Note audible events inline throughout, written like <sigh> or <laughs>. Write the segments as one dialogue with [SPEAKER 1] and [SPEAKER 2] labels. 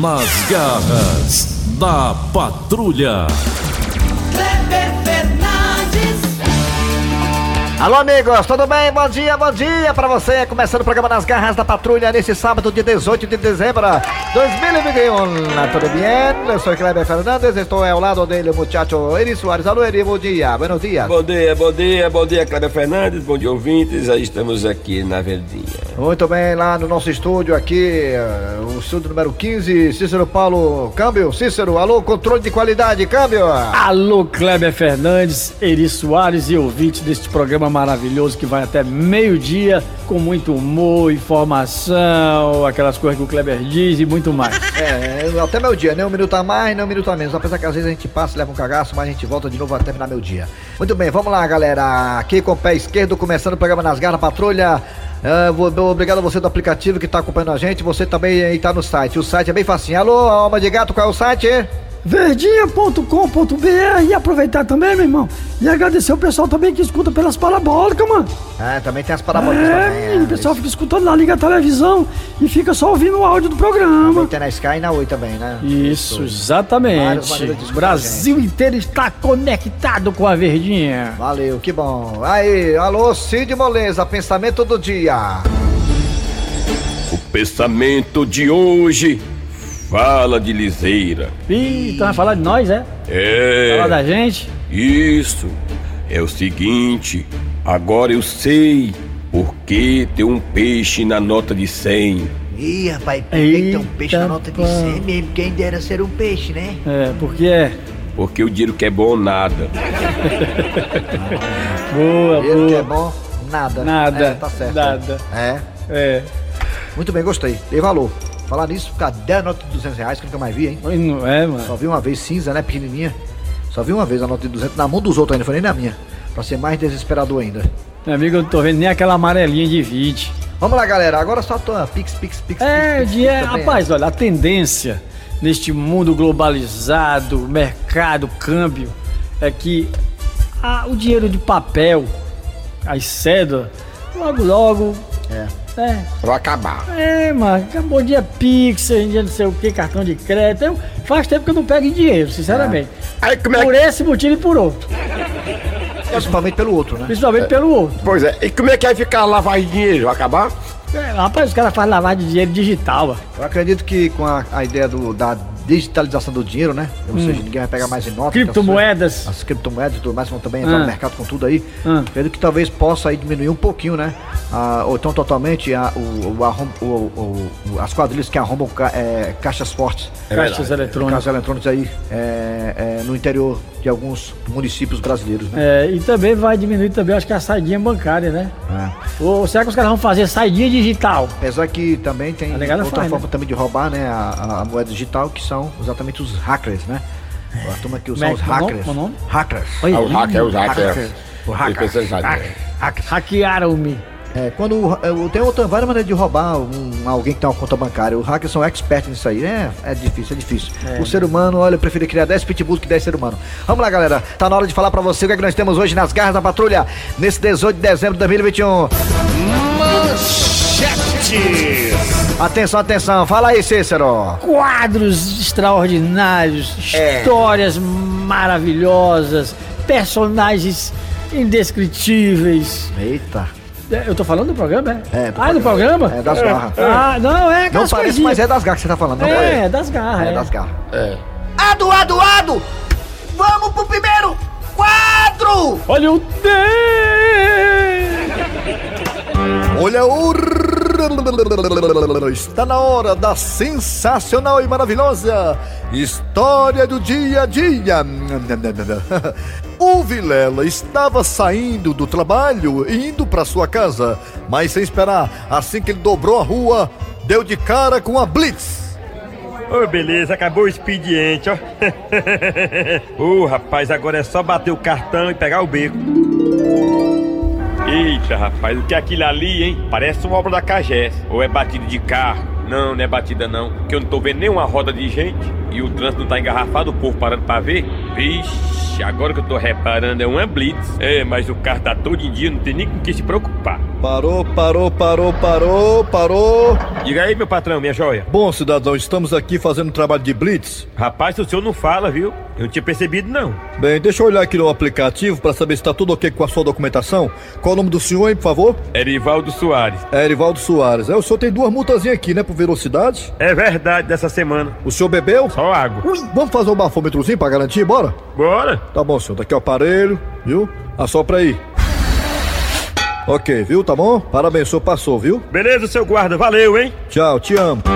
[SPEAKER 1] Nas garras da patrulha.
[SPEAKER 2] Kleber Fernandes,
[SPEAKER 3] Alô, amigos, tudo bem? Bom dia, bom dia pra você. Começando o programa Nas Garras da Patrulha nesse sábado, dia 18 de dezembro de 2021. Tá Tudo bem? Eu sou Kleber Fernandes, estou ao lado dele, o muchacho Eri Soares. Alô, Eri, bom dia, buenos dias.
[SPEAKER 4] Bom dia, bom dia, bom dia, Cláudia Fernandes, bom dia, ouvintes. Aí estamos aqui na Verdinha.
[SPEAKER 3] Muito bem, lá no nosso estúdio aqui, eh, o estúdio número 15, Cícero Paulo Câmbio. Cícero, alô, controle de qualidade, câmbio.
[SPEAKER 5] Alô, Kleber Fernandes, Eri Soares e ouvinte deste programa maravilhoso que vai até meio-dia com muito humor, informação, aquelas coisas que o Kleber diz e muito mais.
[SPEAKER 3] É, até meu dia, nem um minuto a mais, nem um minuto a menos. Apesar que às vezes a gente passa, leva um cagaço, mas a gente volta de novo até terminar meu dia. Muito bem, vamos lá, galera. Aqui com o pé esquerdo, começando o programa Nas Garras Patrulha. Ah, vou- vou- obrigado a você do aplicativo que tá acompanhando a gente. Você também aí tá no site. O site é bem facinho. Alô, alma de gato, qual é o site?
[SPEAKER 5] Verdinha.com.br e aproveitar Tá também, meu irmão, e agradecer o pessoal também que escuta pelas parabólicas, mano.
[SPEAKER 3] Ah, também tem as parabólicas também. né?
[SPEAKER 5] É, menino, o pessoal fica escutando lá, liga a televisão e fica só ouvindo o áudio do programa.
[SPEAKER 3] Também tem na Sky e na Oi também, né?
[SPEAKER 5] Isso,
[SPEAKER 3] Várias
[SPEAKER 5] exatamente.
[SPEAKER 3] maneiras de
[SPEAKER 5] O
[SPEAKER 3] escutar a
[SPEAKER 5] Brasil inteiro está conectado com a Verdinha.
[SPEAKER 3] Valeu, que bom. Aí, alô, Cid Moleza, pensamento
[SPEAKER 5] <laughs>
[SPEAKER 3] do dia.
[SPEAKER 4] O pensamento de hoje fala de liseira.
[SPEAKER 5] Ih, então vai falar de nós, é? Falar
[SPEAKER 4] É,
[SPEAKER 5] da gente?
[SPEAKER 4] isso. É o seguinte, agora eu sei por que tem um peixe na nota de 100.
[SPEAKER 6] Ih, rapaz, por que que tem um
[SPEAKER 5] Eita,
[SPEAKER 6] peixe na nota de
[SPEAKER 5] pá.
[SPEAKER 6] 100 mesmo? Quem dera ser um peixe, né?
[SPEAKER 5] É, porque é.
[SPEAKER 4] Porque o dinheiro que é bom nada.
[SPEAKER 5] Boa,
[SPEAKER 3] Ele que é
[SPEAKER 5] boa.
[SPEAKER 3] bom, nada.
[SPEAKER 5] Nada.
[SPEAKER 3] É, tá certo.
[SPEAKER 5] Nada.
[SPEAKER 3] É.
[SPEAKER 5] É.
[SPEAKER 3] Muito bem, gostei. Dei valor. Falar nisso, cadê a nota de 200 reais que eu nunca mais vi, hein?
[SPEAKER 5] Mas Não é, mano.
[SPEAKER 3] Só vi uma vez cinza, né? Pequenininha. Só vi uma vez a nota de 200 na mão dos outros ainda, foi nem na minha. Pra ser mais desesperador ainda.
[SPEAKER 5] Meu amigo, eu não tô vendo nem aquela amarelinha de 20.
[SPEAKER 3] Vamos lá, galera. Agora só tô ah, pix, pix, pix,
[SPEAKER 5] É, o
[SPEAKER 3] pix, pix, pix
[SPEAKER 5] dia,
[SPEAKER 3] também.
[SPEAKER 5] rapaz, olha, a tendência neste mundo globalizado, mercado, câmbio, é que a- o dinheiro de papel, as cédulas, logo, logo,
[SPEAKER 3] É.
[SPEAKER 5] né?
[SPEAKER 4] Pra acabar.
[SPEAKER 5] É, mano, acabou dia Pix, dia não sei o que, cartão de crédito. Eu- faz tempo que eu não pego em dinheiro, sinceramente.
[SPEAKER 4] Ah. Aí como é
[SPEAKER 5] Por esse motivo e por outro.
[SPEAKER 3] Principalmente pelo outro, né?
[SPEAKER 5] Principalmente pelo outro.
[SPEAKER 4] Pois é, e como é que vai ficar lavar dinheiro? Vai acabar?
[SPEAKER 5] É, rapaz, os caras fazem lavagem de dinheiro digital, ó.
[SPEAKER 3] Eu acredito que com a, a ideia do, da digitalização do dinheiro, né? Ou seja, ninguém vai pegar mais em
[SPEAKER 5] Hum.
[SPEAKER 3] nota. é
[SPEAKER 5] Criptomoedas.
[SPEAKER 3] As criptomoedas e tudo mais vão também entrar
[SPEAKER 5] Ah.
[SPEAKER 3] no mercado com tudo aí.
[SPEAKER 5] Ah.
[SPEAKER 3] Vendo que talvez possa aí diminuir um pouquinho, né? Ah, ou então totalmente a- o, o arrom- o- o- o- as quadrilhas que arrombam ca- eh, caixas fortes.
[SPEAKER 5] É
[SPEAKER 3] É,
[SPEAKER 5] caixas eletrônicas.
[SPEAKER 3] Caixas eletrônicas aí eh, eh, no interior de alguns municípios brasileiros, né?
[SPEAKER 5] É, e também vai diminuir também, acho que a saidinha bancária, né?
[SPEAKER 3] Ah.
[SPEAKER 5] Ou será que os caras vão fazer saidinha digital?
[SPEAKER 3] Apesar que também tem
[SPEAKER 5] A negada
[SPEAKER 3] outra
[SPEAKER 5] faz, né?
[SPEAKER 3] forma também de roubar né, a, a- a moeda digital, que são exatamente os hackers, né? A turma que usa
[SPEAKER 5] Como é
[SPEAKER 3] os
[SPEAKER 5] que é o nome?
[SPEAKER 3] hackers.
[SPEAKER 5] Como é o nome?
[SPEAKER 3] Hackers.
[SPEAKER 5] Olha,
[SPEAKER 4] Ah, o hacker, o
[SPEAKER 3] Hackers.
[SPEAKER 4] hacker.
[SPEAKER 3] O hacker.
[SPEAKER 4] Ele pensa em hacker.
[SPEAKER 3] Hackers.
[SPEAKER 5] Hackearam-me.
[SPEAKER 3] É, quando eu tem outra várias maneiras de roubar um- alguém que tem uma conta bancária. Os hackers são experts nisso aí. É, é difícil, é difícil. O ser humano, olha, eu prefiro criar 10 pitbulls que 10 ser humano. Vamos lá, galera. Tá na hora de falar pra você o que é que nós temos hoje nas garras da patrulha, nesse 18 de dezembro de 2021. Atenção, atenção. Fala aí, Cícero.
[SPEAKER 5] quadros extraordinários,
[SPEAKER 3] É.
[SPEAKER 5] histórias maravilhosas, personagens indescritíveis.
[SPEAKER 3] Eita.
[SPEAKER 5] É, Eu tô falando do programa, é?
[SPEAKER 3] É, do
[SPEAKER 5] ah, do programa?
[SPEAKER 3] É das garras.
[SPEAKER 5] Ah, não, é
[SPEAKER 3] Não
[SPEAKER 5] aquelas
[SPEAKER 3] parece,
[SPEAKER 5] coisinhas.
[SPEAKER 3] mas é das garras que você tá falando. Não
[SPEAKER 5] É,
[SPEAKER 3] parece.
[SPEAKER 5] é das garras.
[SPEAKER 3] É
[SPEAKER 5] É,
[SPEAKER 3] das garras.
[SPEAKER 6] Ado, ado, ado! Vamos pro primeiro quadro!
[SPEAKER 5] Olha o tempo!
[SPEAKER 3] Olha o. Está na hora da sensacional e maravilhosa história do dia a dia. <laughs> O Vilela estava saindo do trabalho e indo para sua casa, mas sem esperar. Assim que ele dobrou a rua, deu de cara com a Blitz.
[SPEAKER 7] Ô, beleza, acabou o expediente, ó. <laughs> Ô, rapaz, agora é só bater o cartão e pegar o beco. Eita, rapaz, o que é aquilo ali, hein? Parece uma obra da Cagés. Ou é batida de carro? Não, não é batida não, porque eu não tô vendo nenhuma roda de gente e o trânsito não tá engarrafado, o povo parando pra ver. Vixe, Vixe, agora que eu tô reparando, é uma blitz. É, mas o carro tá todo em dia, não tem nem com o que se preocupar.
[SPEAKER 8] Parou, parou, parou, parou, parou.
[SPEAKER 7] Diga aí, meu patrão, minha joia.
[SPEAKER 8] Bom, cidadão, estamos aqui fazendo um trabalho de blitz.
[SPEAKER 7] Rapaz, o senhor não fala, viu? Eu não tinha percebido, não.
[SPEAKER 8] Bem, deixa eu olhar aqui no aplicativo para saber se tá tudo ok com a sua documentação. Qual o nome do senhor, hein, por favor?
[SPEAKER 7] Erivaldo Soares.
[SPEAKER 8] É Erivaldo Soares. É, o senhor tem duas multazinhas aqui, né, por velocidade.
[SPEAKER 7] É verdade, dessa semana.
[SPEAKER 8] O senhor bebeu?
[SPEAKER 7] Só água.
[SPEAKER 8] Ui, vamos fazer um bafômetrozinho pra garantir, bora?
[SPEAKER 7] Bora.
[SPEAKER 8] <laughs> Tá bom, senhor, daqui é o aparelho, viu? Ah, Assopra aí. Ok, viu, tá bom? Parabéns, o senhor passou, viu?
[SPEAKER 7] Beleza, seu guarda, valeu, hein?
[SPEAKER 8] Tchau, te amo.
[SPEAKER 9] <laughs>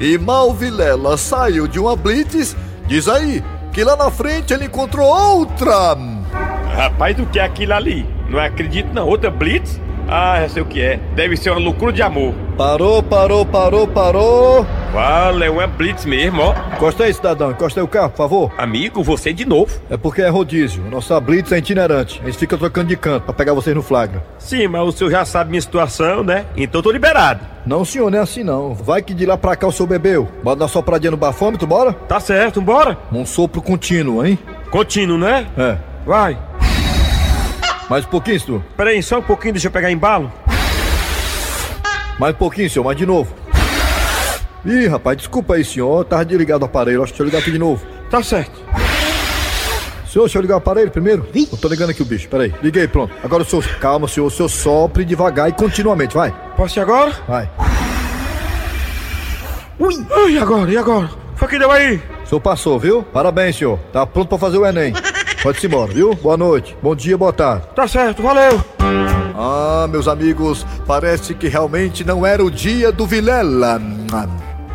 [SPEAKER 9] E mal Vilela saiu de uma blitz, diz aí que lá na frente ele encontrou outra.
[SPEAKER 7] Rapaz, o que é aquilo ali? Não acredito na outra blitz? Ah, já sei o que é. Deve ser uma loucura de amor.
[SPEAKER 8] Parou, parou, parou, parou.
[SPEAKER 7] Vale, é uma blitz mesmo, ó.
[SPEAKER 8] Encosta aí, cidadão. Encosta aí o carro, por favor.
[SPEAKER 7] Amigo, você de novo.
[SPEAKER 8] É porque é rodízio. Nossa blitz é itinerante. Eles ficam trocando de canto pra pegar vocês no flagra.
[SPEAKER 7] Sim, mas o senhor já sabe minha situação, né? Então eu tô liberado.
[SPEAKER 8] Não, senhor, não é assim não. Vai que de lá pra cá o senhor bebeu. Bota na sopradinha no bafômetro, bora?
[SPEAKER 7] Tá certo, bora?
[SPEAKER 8] Um sopro contínuo, hein?
[SPEAKER 7] Contínuo, né?
[SPEAKER 8] É.
[SPEAKER 7] Vai.
[SPEAKER 8] Mais um pouquinho, senhor.
[SPEAKER 7] Peraí, só um pouquinho, deixa eu pegar embalo.
[SPEAKER 8] Mais um pouquinho, senhor. Mais de novo. Ih, rapaz, desculpa aí, senhor. Eu Tava desligado o aparelho. Acho que deixa eu ligar aqui de novo.
[SPEAKER 7] Tá certo.
[SPEAKER 8] Senhor, deixa eu ligar o aparelho primeiro? Eu tô ligando aqui o bicho, peraí. Liguei, pronto. Agora o senhor, calma, senhor. O senhor sopre devagar e continuamente, vai.
[SPEAKER 7] Posso ir agora?
[SPEAKER 8] Vai.
[SPEAKER 7] Ui! Ai, e agora? E agora? Foi que deu aí?
[SPEAKER 8] O senhor passou, viu? Parabéns, senhor. Tá pronto pra fazer o Enem. Pode-se embora, viu? Boa noite. Bom dia, boa tarde.
[SPEAKER 7] Tá certo, valeu.
[SPEAKER 9] Ah, meus amigos, parece que realmente não era o dia do Vilela.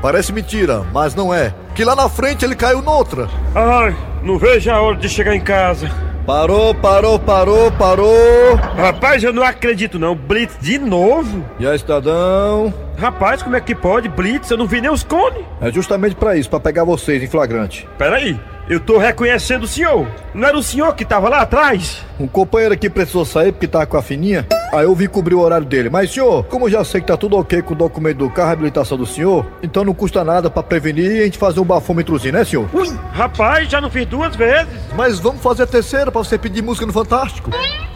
[SPEAKER 9] Parece mentira, mas não é. Que lá na frente ele caiu noutra.
[SPEAKER 7] Ai, não vejo é a hora de chegar em casa.
[SPEAKER 8] Parou, parou, parou, parou.
[SPEAKER 7] Rapaz, eu não acredito não. Blitz de novo?
[SPEAKER 8] E aí, cidadão?
[SPEAKER 7] Rapaz, como é que pode? Blitz, eu não vi nem os cones.
[SPEAKER 8] É justamente pra isso, pra pegar vocês em flagrante.
[SPEAKER 7] Peraí, eu tô reconhecendo o senhor. Não era o senhor que tava lá atrás?
[SPEAKER 8] Um companheiro aqui precisou sair porque tava com a fininha. Aí eu vim cobrir o horário dele. Mas, senhor, como eu já sei que tá tudo ok com o documento do carro, a habilitação do senhor, então não custa nada pra prevenir e a gente fazer um bafômetrozinho, né, senhor?
[SPEAKER 7] Rapaz, já não fiz duas vezes.
[SPEAKER 9] Mas vamos fazer a terceira pra você pedir música no Fantástico.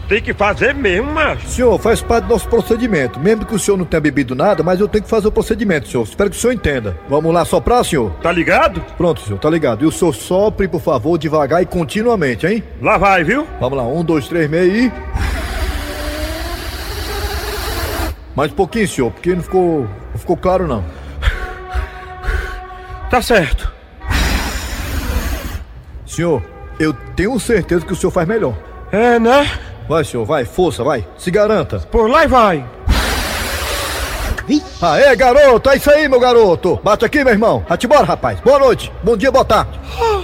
[SPEAKER 7] Tem que fazer mesmo, macho.
[SPEAKER 8] Senhor, faz parte do nosso procedimento. Mesmo que o senhor não tenha bebido nada, mas eu tenho que fazer o procedimento, senhor. Espero que o senhor entenda. Vamos lá soprar, senhor?
[SPEAKER 7] Tá ligado?
[SPEAKER 8] Pronto, senhor, tá ligado. E o senhor sopre, por favor, devagar e continuamente, hein?
[SPEAKER 7] Lá vai, viu?
[SPEAKER 8] Vamos lá, um, dois, três, meio e. Mais um pouquinho, senhor, porque não ficou, não ficou claro, não.
[SPEAKER 7] Tá certo.
[SPEAKER 8] Senhor, eu tenho certeza que o senhor faz melhor.
[SPEAKER 7] É, né?
[SPEAKER 8] Vai, senhor, vai, força, vai, se garanta.
[SPEAKER 7] Por lá e vai.
[SPEAKER 8] Aê, garoto, é isso aí, meu garoto. Bate aqui, meu irmão. Vai-te embora, rapaz. Boa noite, bom dia, boa tarde.
[SPEAKER 7] Oh,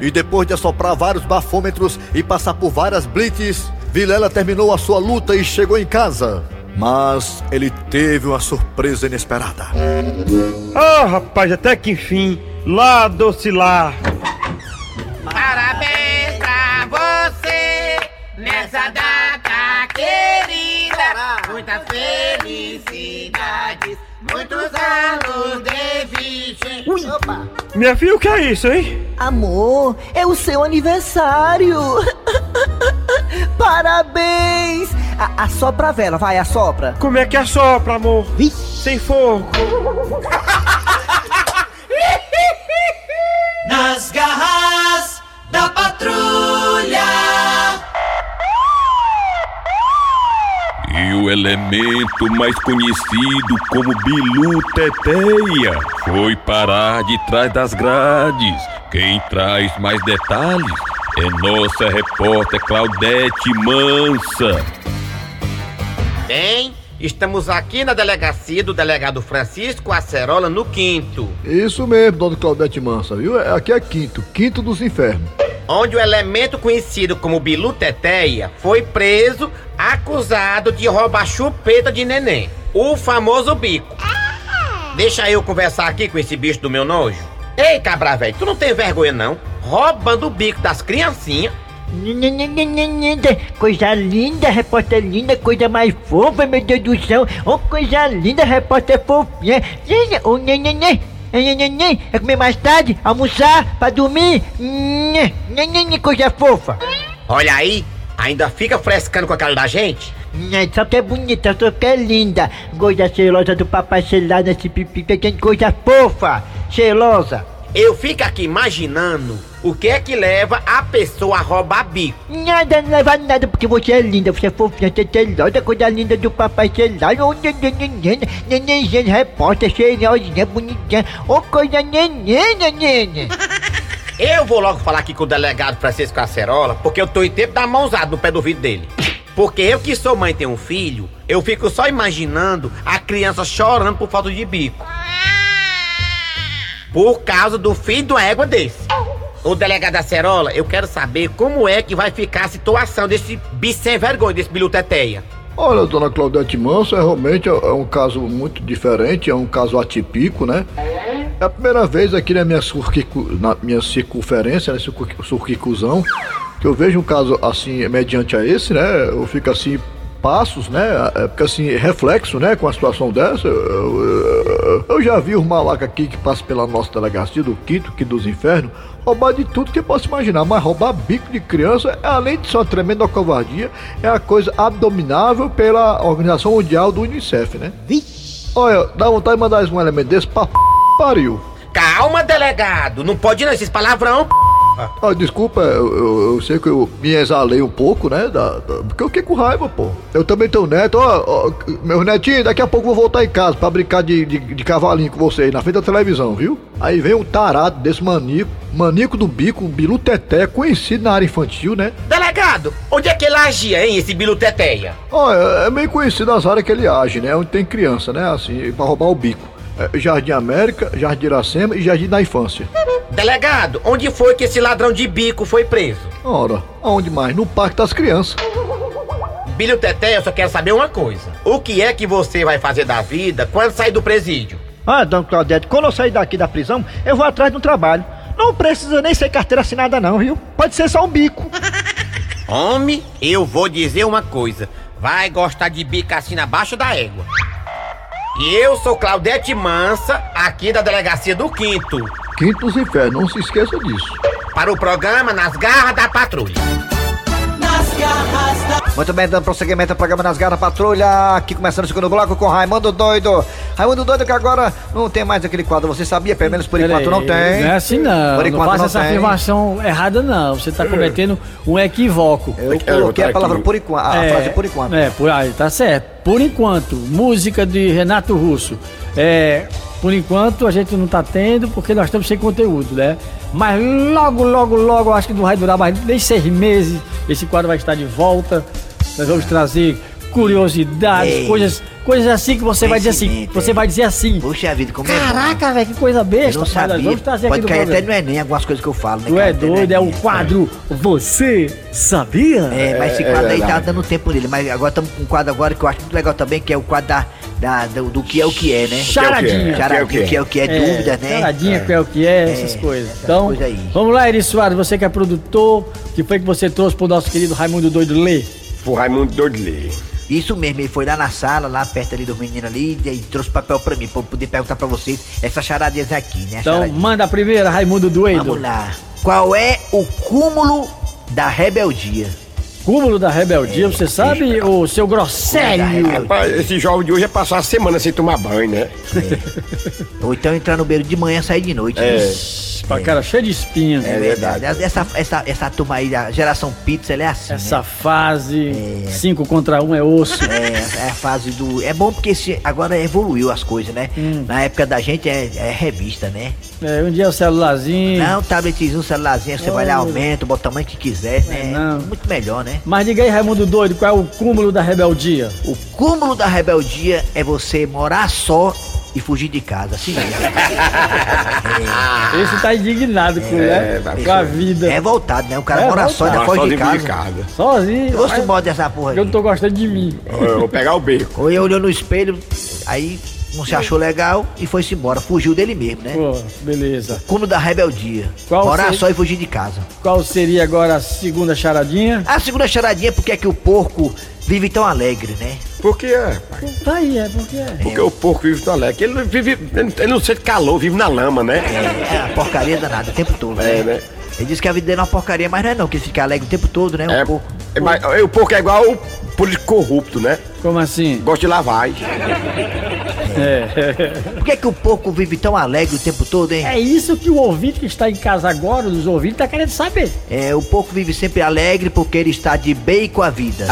[SPEAKER 9] E depois de assoprar vários bafômetros e passar por várias blitzes, Vilela terminou a sua luta e chegou em casa. Mas ele teve uma surpresa inesperada.
[SPEAKER 7] Ah, rapaz, até que enfim. Lá, doce lá.
[SPEAKER 2] Parabéns pra você nessa data querida. Muitas felicidades, muitos anos de vida.
[SPEAKER 7] Minha filha, o que é isso, hein?
[SPEAKER 10] Amor, é o seu aniversário! <laughs> Parabéns! A, assopra a vela, vai, assopra!
[SPEAKER 7] Como é que é sopra, amor?
[SPEAKER 10] Vixe.
[SPEAKER 7] Sem fogo.
[SPEAKER 2] Nas garras da patrulha.
[SPEAKER 4] E o elemento mais conhecido como Bilu Teteia foi parar de trás das grades. Quem traz mais detalhes é nossa repórter Claudete Mansa.
[SPEAKER 11] Bem, estamos aqui na delegacia do delegado Francisco Acerola no quinto,
[SPEAKER 8] Isso mesmo, dona Claudete Mansa, viu? É- Aqui é quinto, quinto dos infernos.
[SPEAKER 11] onde o elemento conhecido como Bilu Teteia foi preso acusado de roubar chupeta de neném, o famoso bico. Deixa eu conversar aqui com esse bicho do meu nojo. Ei, cabra velho, tu não tem vergonha não? Roubando o bico das criancinhas.
[SPEAKER 10] Coisa linda, repórter linda, coisa mais fofa, meu Deus do céu! Oh, coisa linda, repórter fofinha! Ô, nenê, Nhe, nhe, nhe. É comer mais tarde, almoçar, pra dormir. Nhe, nhe, nhe, nhe, Coisa fofa.
[SPEAKER 11] Olha aí, ainda fica frescando com a cara da gente?
[SPEAKER 10] Nhe, Só que é bonita, só que é linda. Coisa cheirosa do papai selada, esse pipi, que é coisa fofa, cheirosa.
[SPEAKER 11] Eu fico aqui imaginando o que é que leva a pessoa a roubar bico.
[SPEAKER 10] Nada, não leva nada, porque você é linda, você é fofinha, você é cheirosa, coisa linda do papai selado. Ô, nenenenene, nenenenene, repórter, cheirosinha, bonitinha. Ô, coisa nenenenene.
[SPEAKER 11] Eu vou logo falar aqui com o delegado Francisco Acerola, porque eu tô em tempo da mãozada no pé do vidro dele. Porque eu que sou mãe e tenho um filho, eu fico só imaginando a criança chorando por falta de bico. Por causa do filho de uma égua desse. Ô delegado Acerola, eu quero saber como é que vai ficar a situação desse bicho sem vergonha, desse biluteteia.
[SPEAKER 8] Olha, dona Claudete Manso, é realmente é um caso muito diferente, é um caso atípico, né? É a primeira vez aqui na minha, circu... na minha circunferência, né, circu- circuncusão, que eu vejo um caso assim, mediante a esse, né? Eu fico assim, passos, né? É, Porque assim, reflexo, né? Com a situação dessa, eu, eu- eu já vi os malacas aqui que passam pela nossa delegacia do quinto, que dos infernos, roubar de tudo que posso imaginar, mas roubar bico de criança, é, além de ser uma tremenda covardia, é a coisa abominável pela Organização Mundial do Unicef, né? Olha, dá vontade de mandar eles um elemento desse pra p... pariu.
[SPEAKER 11] Calma, delegado, não pode não esses palavrão. p***.
[SPEAKER 8] Ah, desculpa, eu, eu- eu sei que eu me exalei um pouco, né? da- da- porque eu fiquei com raiva, pô. Eu também tenho neto, ó, ó, Meu netinho, daqui a pouco eu vou voltar em casa pra brincar de, de, de cavalinho com você aí na frente da televisão, viu? Aí vem um tarado desse manico, manico do bico, um bilu teté, conhecido na área infantil, né?
[SPEAKER 11] Delegado, onde é que ele agia, hein, esse biluteteia?
[SPEAKER 8] Ó, é, é meio conhecido as áreas que ele age, né? Onde tem criança, né? Assim, pra roubar o bico. É, Jardim América, Jardim Iracema e Jardim da Infância.
[SPEAKER 11] Delegado, onde foi que esse ladrão de bico foi preso?
[SPEAKER 8] Ora, aonde mais? No Parque das Crianças.
[SPEAKER 11] Bilho Teté, eu só quero saber uma coisa. O que é que você vai fazer da vida quando sair do presídio?
[SPEAKER 10] Ah, Dom Claudete, quando eu sair daqui da prisão, eu vou atrás de um trabalho. Não precisa nem ser carteira assinada não, viu? Pode ser só um bico.
[SPEAKER 11] Homem, eu vou dizer uma coisa. Vai gostar de bico assim na baixa da égua. E eu sou Claudete Mansa, aqui da Delegacia do Quinto,
[SPEAKER 8] Quintos Infernos, não se esqueça disso.
[SPEAKER 11] para o programa Nas Garras da Patrulha.
[SPEAKER 3] Muito bem, dando prosseguimento ao programa Nas Garras da Patrulha, aqui começando o segundo bloco com Raimundo Doido. Raimundo Doido que agora não tem mais aquele quadro, você sabia? Pelo menos por enquanto não tem.
[SPEAKER 5] Não é assim não.
[SPEAKER 3] Por
[SPEAKER 5] não
[SPEAKER 3] enquanto
[SPEAKER 5] faça
[SPEAKER 3] não
[SPEAKER 5] essa
[SPEAKER 3] tem.
[SPEAKER 5] afirmação errada não. Você tá cometendo um equívoco.
[SPEAKER 3] Eu tá coloquei é a palavra por enquanto, a frase por enquanto.
[SPEAKER 5] É, por aí, tá certo. Por enquanto, música de Renato Russo. É, por enquanto a gente não tá tendo porque nós estamos sem conteúdo, né? Mas logo, logo, logo, eu acho que não vai durar mais nem seis meses. Esse quadro vai estar de volta. Nós vamos trazer curiosidades,
[SPEAKER 6] Ei.
[SPEAKER 5] coisas, coisas assim que você vai dizer assim. Você vai dizer assim.
[SPEAKER 6] Puxa vida, como é
[SPEAKER 5] Caraca, velho, que coisa
[SPEAKER 6] Eu
[SPEAKER 5] besta.
[SPEAKER 6] não
[SPEAKER 5] cara.
[SPEAKER 6] sabia.
[SPEAKER 5] Vamos trazer aqui
[SPEAKER 6] Pode
[SPEAKER 5] no
[SPEAKER 6] cair
[SPEAKER 5] programa.
[SPEAKER 6] até no Enem algumas coisas que eu falo, né?
[SPEAKER 5] Tu
[SPEAKER 6] cara?
[SPEAKER 5] é doido, é o quadro Você Sabia?
[SPEAKER 6] É, mas esse quadro aí tá dando tempo nele. Mas agora estamos com um quadro agora que eu acho muito legal também, que é o quadro da, da- do, do que é o que é, né?
[SPEAKER 5] Charadinha.
[SPEAKER 6] Charadinha, que é o que é, dúvida, né?
[SPEAKER 5] Charadinha, que é o que é, essas coisas. Então, vamos lá, Eri Soares, você que é produtor, que foi que você trouxe pro nosso querido Raimundo Doido Lê?
[SPEAKER 12] Pro Raimundo Doido Lê.
[SPEAKER 6] Isso mesmo, ele foi lá na sala, lá perto ali do menino ali, e aí trouxe papel pra mim, pra eu poder perguntar pra vocês essas charadinhas aqui, né?
[SPEAKER 5] Então, manda a primeira, Raimundo Doido.
[SPEAKER 6] Vamos lá. Qual é o cúmulo da rebeldia?
[SPEAKER 5] Cúmulo da rebeldia, você sabe, o seu grosselho?
[SPEAKER 2] Rapaz, esse jovem de hoje é passar a semana sem tomar banho, né?
[SPEAKER 6] Ou então entrar no beiro de manhã e sair de noite.
[SPEAKER 2] É.
[SPEAKER 6] Ixi,
[SPEAKER 5] pra cara cheia de espinha.
[SPEAKER 6] É verdade. Essa, essa, essa turma aí da geração pizza, ela é assim.
[SPEAKER 5] Essa fase 5 contra 1 um é osso.
[SPEAKER 6] É, é a fase do. É bom porque esse- agora evoluiu as coisas, né?
[SPEAKER 5] Hum.
[SPEAKER 6] Na época da gente é, é revista, né?
[SPEAKER 5] É, um dia o celularzinho. É.
[SPEAKER 6] Não, tabletzinho, celularzinho, você vai lá, aumenta, bota o tamanho que quiser, né? Muito melhor, né?
[SPEAKER 5] Mas diga aí, Raimundo Doido, qual é o cúmulo da rebeldia?
[SPEAKER 6] O cúmulo da rebeldia é você morar só e fugir de casa, assim mesmo.
[SPEAKER 2] Ah.
[SPEAKER 5] Esse tá indignado com,
[SPEAKER 6] É,
[SPEAKER 5] né, com a vida.
[SPEAKER 6] É voltado, né? O cara
[SPEAKER 5] É
[SPEAKER 6] mora só e
[SPEAKER 5] voltado.
[SPEAKER 6] ainda foge de
[SPEAKER 5] Sozinho
[SPEAKER 6] casa.
[SPEAKER 5] de Sozinho.
[SPEAKER 6] Eu gosto de moda dessa porra
[SPEAKER 5] Eu não tô gostando de mim.
[SPEAKER 2] Eu vou pegar o beco.
[SPEAKER 6] Ou ele olhou no espelho, aí não se achou legal e foi-se embora. Fugiu dele mesmo, né?
[SPEAKER 5] Pô, beleza.
[SPEAKER 6] Cúmulo da rebeldia.
[SPEAKER 5] Qual
[SPEAKER 6] morar
[SPEAKER 5] seria-
[SPEAKER 6] só e fugir de casa.
[SPEAKER 5] Qual seria agora a segunda charadinha?
[SPEAKER 6] A segunda charadinha é porque é que o porco vive tão alegre, né?
[SPEAKER 13] Por que é, pai?
[SPEAKER 5] Tá aí, é porque é.
[SPEAKER 13] Porque o porco vive tão alegre. Ele não, vive, ele não sente calor, vive na lama, né?
[SPEAKER 6] É, uma porcaria danada o tempo todo,
[SPEAKER 13] É,
[SPEAKER 6] né? Ele diz que a vida dele é uma porcaria, mas não é não, que ele fica alegre o tempo todo, né? Um
[SPEAKER 13] É,
[SPEAKER 6] pouco.
[SPEAKER 13] é, mas, é, o porco é igual o político corrupto, né?
[SPEAKER 5] Como assim? É.
[SPEAKER 13] Gosta de lavar.
[SPEAKER 6] Por que, que o porco vive tão alegre o tempo todo, hein?
[SPEAKER 5] É isso que o ouvinte que está em casa agora, os ouvintes, tá querendo saber.
[SPEAKER 6] É, o porco vive sempre alegre porque ele está de bem com
[SPEAKER 13] <laughs>
[SPEAKER 6] a vida.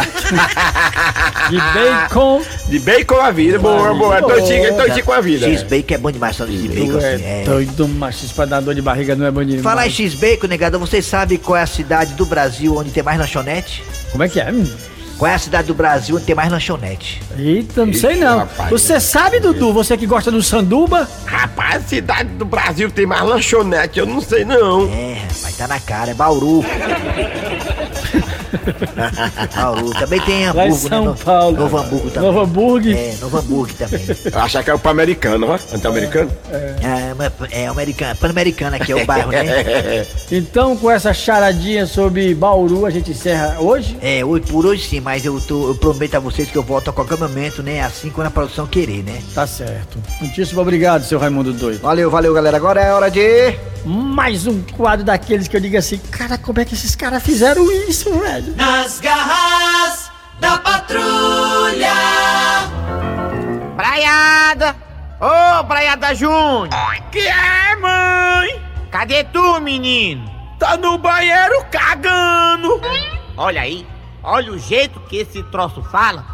[SPEAKER 5] De bacon.
[SPEAKER 13] De bacon a vida, boa, boa. É doidinho, é doidinho com a vida.
[SPEAKER 6] X-Bacon é bom demais, sanduíche de bacon.
[SPEAKER 5] Tu é
[SPEAKER 6] assim, é.
[SPEAKER 5] doido, machista pra dar dor de barriga não é bom demais.
[SPEAKER 6] Falar em X-Bacon, negada, você sabe qual é a cidade do Brasil onde tem mais lanchonete?
[SPEAKER 5] Como é que é? menino?
[SPEAKER 6] Qual é a cidade do Brasil onde tem mais lanchonete?
[SPEAKER 5] Eita, não sei não. Você sabe, Dudu, você que gosta do
[SPEAKER 6] <laughs>
[SPEAKER 5] sanduba?
[SPEAKER 13] Rapaz, cidade do Brasil tem mais lanchonete, eu não sei não.
[SPEAKER 6] É, rapaz, tá na cara,
[SPEAKER 11] <laughs>
[SPEAKER 6] é Bauru. Bauru, Ah, também tem
[SPEAKER 5] Lá em
[SPEAKER 6] Hamburgo,
[SPEAKER 5] São
[SPEAKER 6] né? No-
[SPEAKER 5] Paulo.
[SPEAKER 6] Novo Hamburgo também.
[SPEAKER 5] Novo Hamburgo.
[SPEAKER 6] É, Novo Hamburgo também.
[SPEAKER 13] Eu achava que era o pan-americano, ó. Anti-americano?
[SPEAKER 6] É, mas é americano, pan-americano aqui é o bairro,
[SPEAKER 13] <laughs>
[SPEAKER 6] né?
[SPEAKER 5] <laughs> Então, com essa charadinha sobre Bauru, a gente encerra hoje.
[SPEAKER 6] É, hoje- por hoje sim, mas eu, tô- eu prometo a vocês que eu volto a qualquer momento, né? Assim quando a produção querer, né?
[SPEAKER 5] Tá certo. Muitíssimo obrigado, seu Raimundo Doido.
[SPEAKER 3] Valeu, valeu, galera. Agora é hora de.
[SPEAKER 5] Mais um quadro daqueles que eu digo assim, cara, como é que esses caras fizeram isso,
[SPEAKER 2] <laughs>
[SPEAKER 5] velho?
[SPEAKER 2] Nas garras da patrulha.
[SPEAKER 11] Braiada! Ô, Braiada Júnior! Que é, mãe? Cadê tu, menino? Tá no banheiro cagando! Olha aí, olha o jeito que esse troço fala.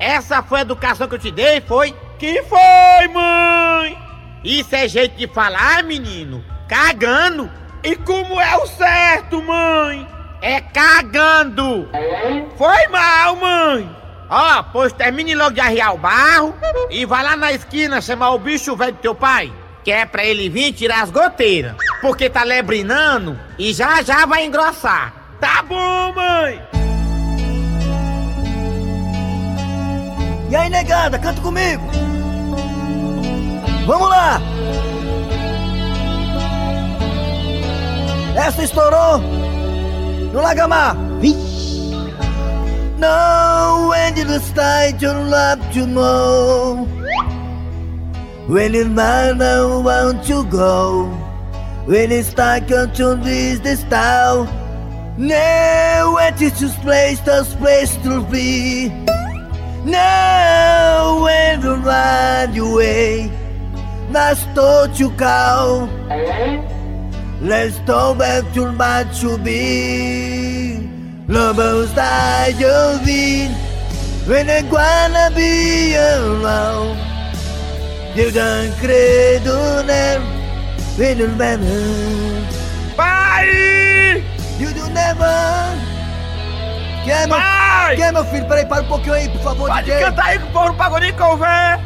[SPEAKER 11] Essa foi a educação que eu te dei, foi? Que foi, mãe? Isso é jeito de falar, menino? Cagando? E como é o certo, mãe? É cagando! Foi mal, mãe! Ó, pois termine logo de arriar o barro e vai lá na esquina chamar o bicho velho do teu pai, que é pra ele vir tirar as goteiras, porque tá lebrinando e já já vai engrossar. Tá bom, mãe!
[SPEAKER 14] E aí, negada, canta comigo! Vamos lá! Essa estourou no Lagamar! No, when you decide your love to know When you never want to go When you start to reach this town No, it is this place, this place to be Now when you run away, let's don't you go. Let's go back to what to be. Lobos die of when I wanna be alone. You don't credo now, when you never. Bye! You do never. Que é, meu, que é, meu filho? Peraí, para um pouquinho aí, por favor, Pode DJ. Pode cantar aí que o povo não pagou nem couver.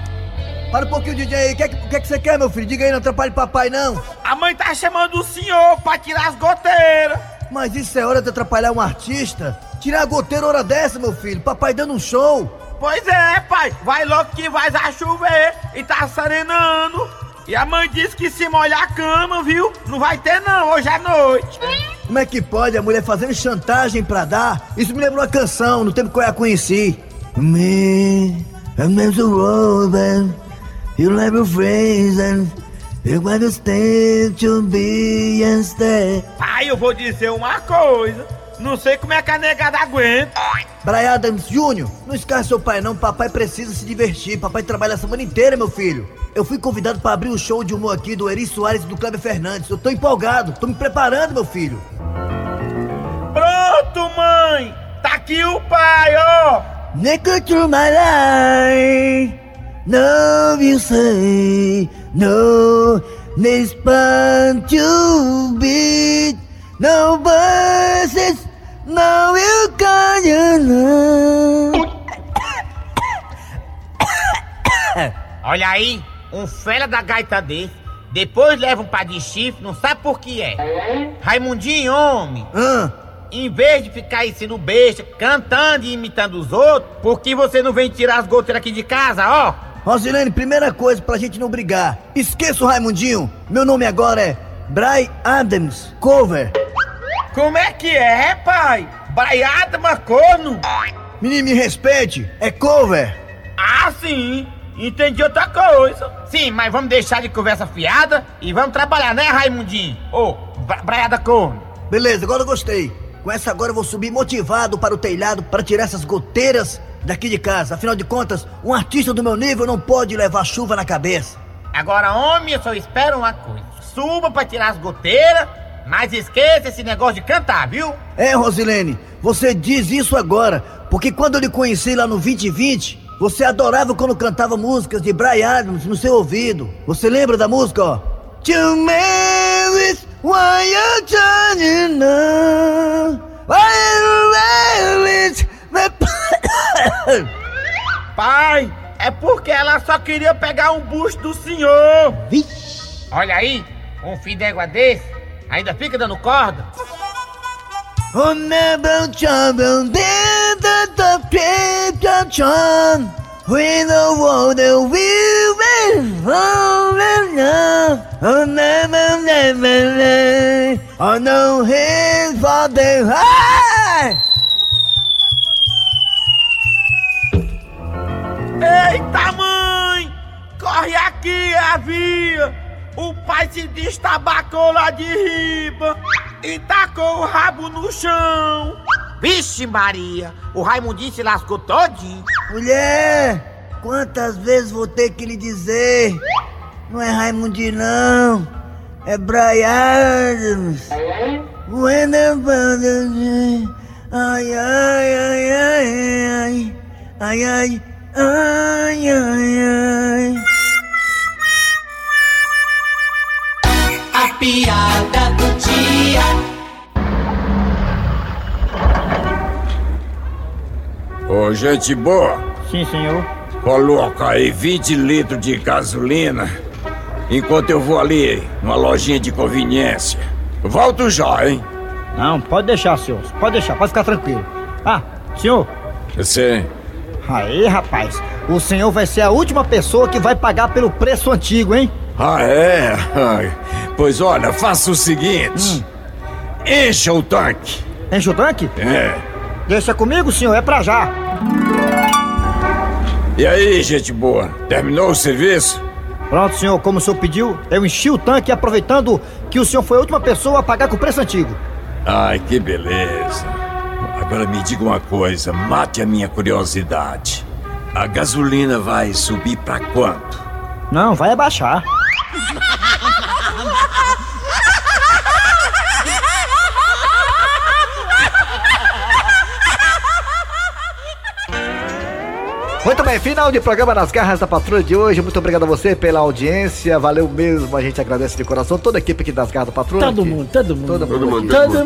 [SPEAKER 14] Para um pouquinho, DJ aí. O que, é que, o que é que você quer, meu filho? Diga aí, não atrapalhe papai, não. A mãe tá chamando o senhor pra tirar as goteiras. Mas isso é hora de atrapalhar um artista? Tirar a goteira hora dessa, meu filho. Papai dando um show.
[SPEAKER 11] Pois é, pai, vai logo que vai a chover e tá serenando. E a mãe disse que se molhar a cama, viu? Não vai ter não, hoje à noite.
[SPEAKER 14] Como é que pode a mulher fazendo chantagem pra dar? Isso me lembra uma canção, no tempo que eu a conheci. Me, I'm not a woman, you never phrase and you want to stay to be and stay.
[SPEAKER 11] Pai, eu vou dizer uma coisa. Não sei como é que a negada aguenta.
[SPEAKER 14] Brian Adams Jr., não esquece seu pai não, papai precisa se divertir, papai trabalha a semana inteira, meu filho. Eu fui convidado pra abrir o show de humor aqui do Eri Soares e do Kleber Fernandes, eu tô empolgado, tô me preparando, meu filho.
[SPEAKER 11] Pronto, mãe! Tá aqui o pai, ó!
[SPEAKER 14] Nickel through my life. No, you say no. This band to beat. No verses. No, you can't. You know.
[SPEAKER 11] Olha aí, um fera da gaita desse. Depois levam pra de chifre, não sabe por que é. Raimundinho, homem. Em vez de ficar aí sendo besta, cantando e imitando os outros, por que você não vem tirar as goteiras aqui de casa, ó?
[SPEAKER 14] Rosilene, primeira coisa pra gente não brigar. Esqueça o Raimundinho. Meu nome agora é Bry Adams Cover.
[SPEAKER 11] Como é que é, pai? Baiada, macorno?
[SPEAKER 14] Menino, me respeite. É cover.
[SPEAKER 11] Ah, sim. Entendi outra coisa. Sim, mas vamos deixar de conversa fiada e vamos trabalhar, né, Raimundinho? Ô, bra- braiada corno.
[SPEAKER 14] Beleza, agora eu gostei. Com essa agora eu vou subir motivado para o telhado para tirar essas goteiras daqui de casa. Afinal de contas, um artista do meu nível não pode levar chuva na cabeça.
[SPEAKER 11] Agora, homem, eu só espero uma coisa. Suba pra tirar as goteiras, mas esqueça esse negócio de cantar,
[SPEAKER 14] <coughs>
[SPEAKER 11] viu?
[SPEAKER 14] É, Rosilene, você diz isso agora, porque quando eu lhe conheci lá no 2020, você adorava quando cantava músicas de Brian Adams no seu ouvido. Você lembra da música, ó? To Mary's why you're turning on, why you're
[SPEAKER 11] Pai, é porque ela só queria pegar um busto do senhor. Vixe. Olha aí, um fio d'égua desse ainda fica dando corda.
[SPEAKER 14] Oh, never trouble, did the the paper charm. We the water we will fall in love. Oh, never, never, never. Oh, no hand for the high.
[SPEAKER 11] Eita, mãe! Corre aqui, a via! O pai se destabacou lá de riba e tacou o rabo no chão. Vixe, Maria! O Raimundinho se lascou todinho.
[SPEAKER 14] Mulher, quantas vezes vou ter que lhe dizer? Não é Raimundinho, não. É Brian. When the father died. Ai, ai, ai, ai, ai. Ai, ai, ai, ai, ai.
[SPEAKER 2] A piada do dia. <laughs>
[SPEAKER 15] Ô, gente boa,
[SPEAKER 16] Sim, senhor.
[SPEAKER 15] coloca aí 20 litros de gasolina enquanto eu vou ali numa lojinha de conveniência. Volto já, hein?
[SPEAKER 16] Não, pode deixar, senhor. Pode deixar, pode ficar tranquilo. Ah, senhor.
[SPEAKER 15] Você.
[SPEAKER 16] Aí, rapaz, o senhor vai ser a última pessoa que vai pagar pelo preço antigo, hein?
[SPEAKER 15] Ah, é? Ai, Pois olha, faça o seguinte: encha o tanque.
[SPEAKER 16] Hum. Enche o tanque?
[SPEAKER 15] É.
[SPEAKER 16] Deixa comigo, senhor, é pra já.
[SPEAKER 15] E aí, gente boa, terminou o serviço?
[SPEAKER 16] Pronto, senhor, como o senhor pediu, eu enchi o tanque aproveitando que o senhor foi a última pessoa a pagar com o preço antigo.
[SPEAKER 15] Ai, que beleza. Agora me diga uma coisa, mate a minha curiosidade. A gasolina vai subir pra quanto?
[SPEAKER 16] Não, vai abaixar.
[SPEAKER 3] Muito bem, final de programa nas garras da patrulha de hoje. Muito obrigado a você pela audiência. Valeu mesmo, a gente agradece de coração toda a equipe aqui das garras da patrulha.
[SPEAKER 5] Todo
[SPEAKER 3] aqui.
[SPEAKER 5] mundo, todo mundo.
[SPEAKER 3] Todo mundo,
[SPEAKER 5] Todo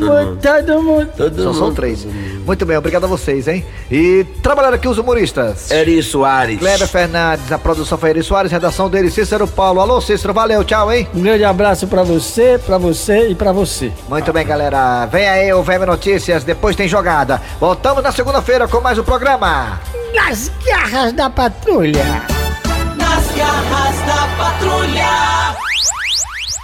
[SPEAKER 5] mundo, todo mundo.
[SPEAKER 3] Só são três. Muito bem, obrigado a vocês, hein? E trabalharam aqui os humoristas.
[SPEAKER 6] Eri Soares.
[SPEAKER 3] Kleber Fernandes, a produção foi Eri Soares, redação dele Cícero Paulo. Alô, Cícero, valeu, tchau, hein?
[SPEAKER 5] Um grande abraço pra você, pra você e pra você.
[SPEAKER 3] Muito bem, galera. Vem aí o VM Notícias, depois tem jogada. Voltamos na segunda-feira com mais um programa.
[SPEAKER 5] Nas garras da patrulha.
[SPEAKER 2] Nas garras da patrulha.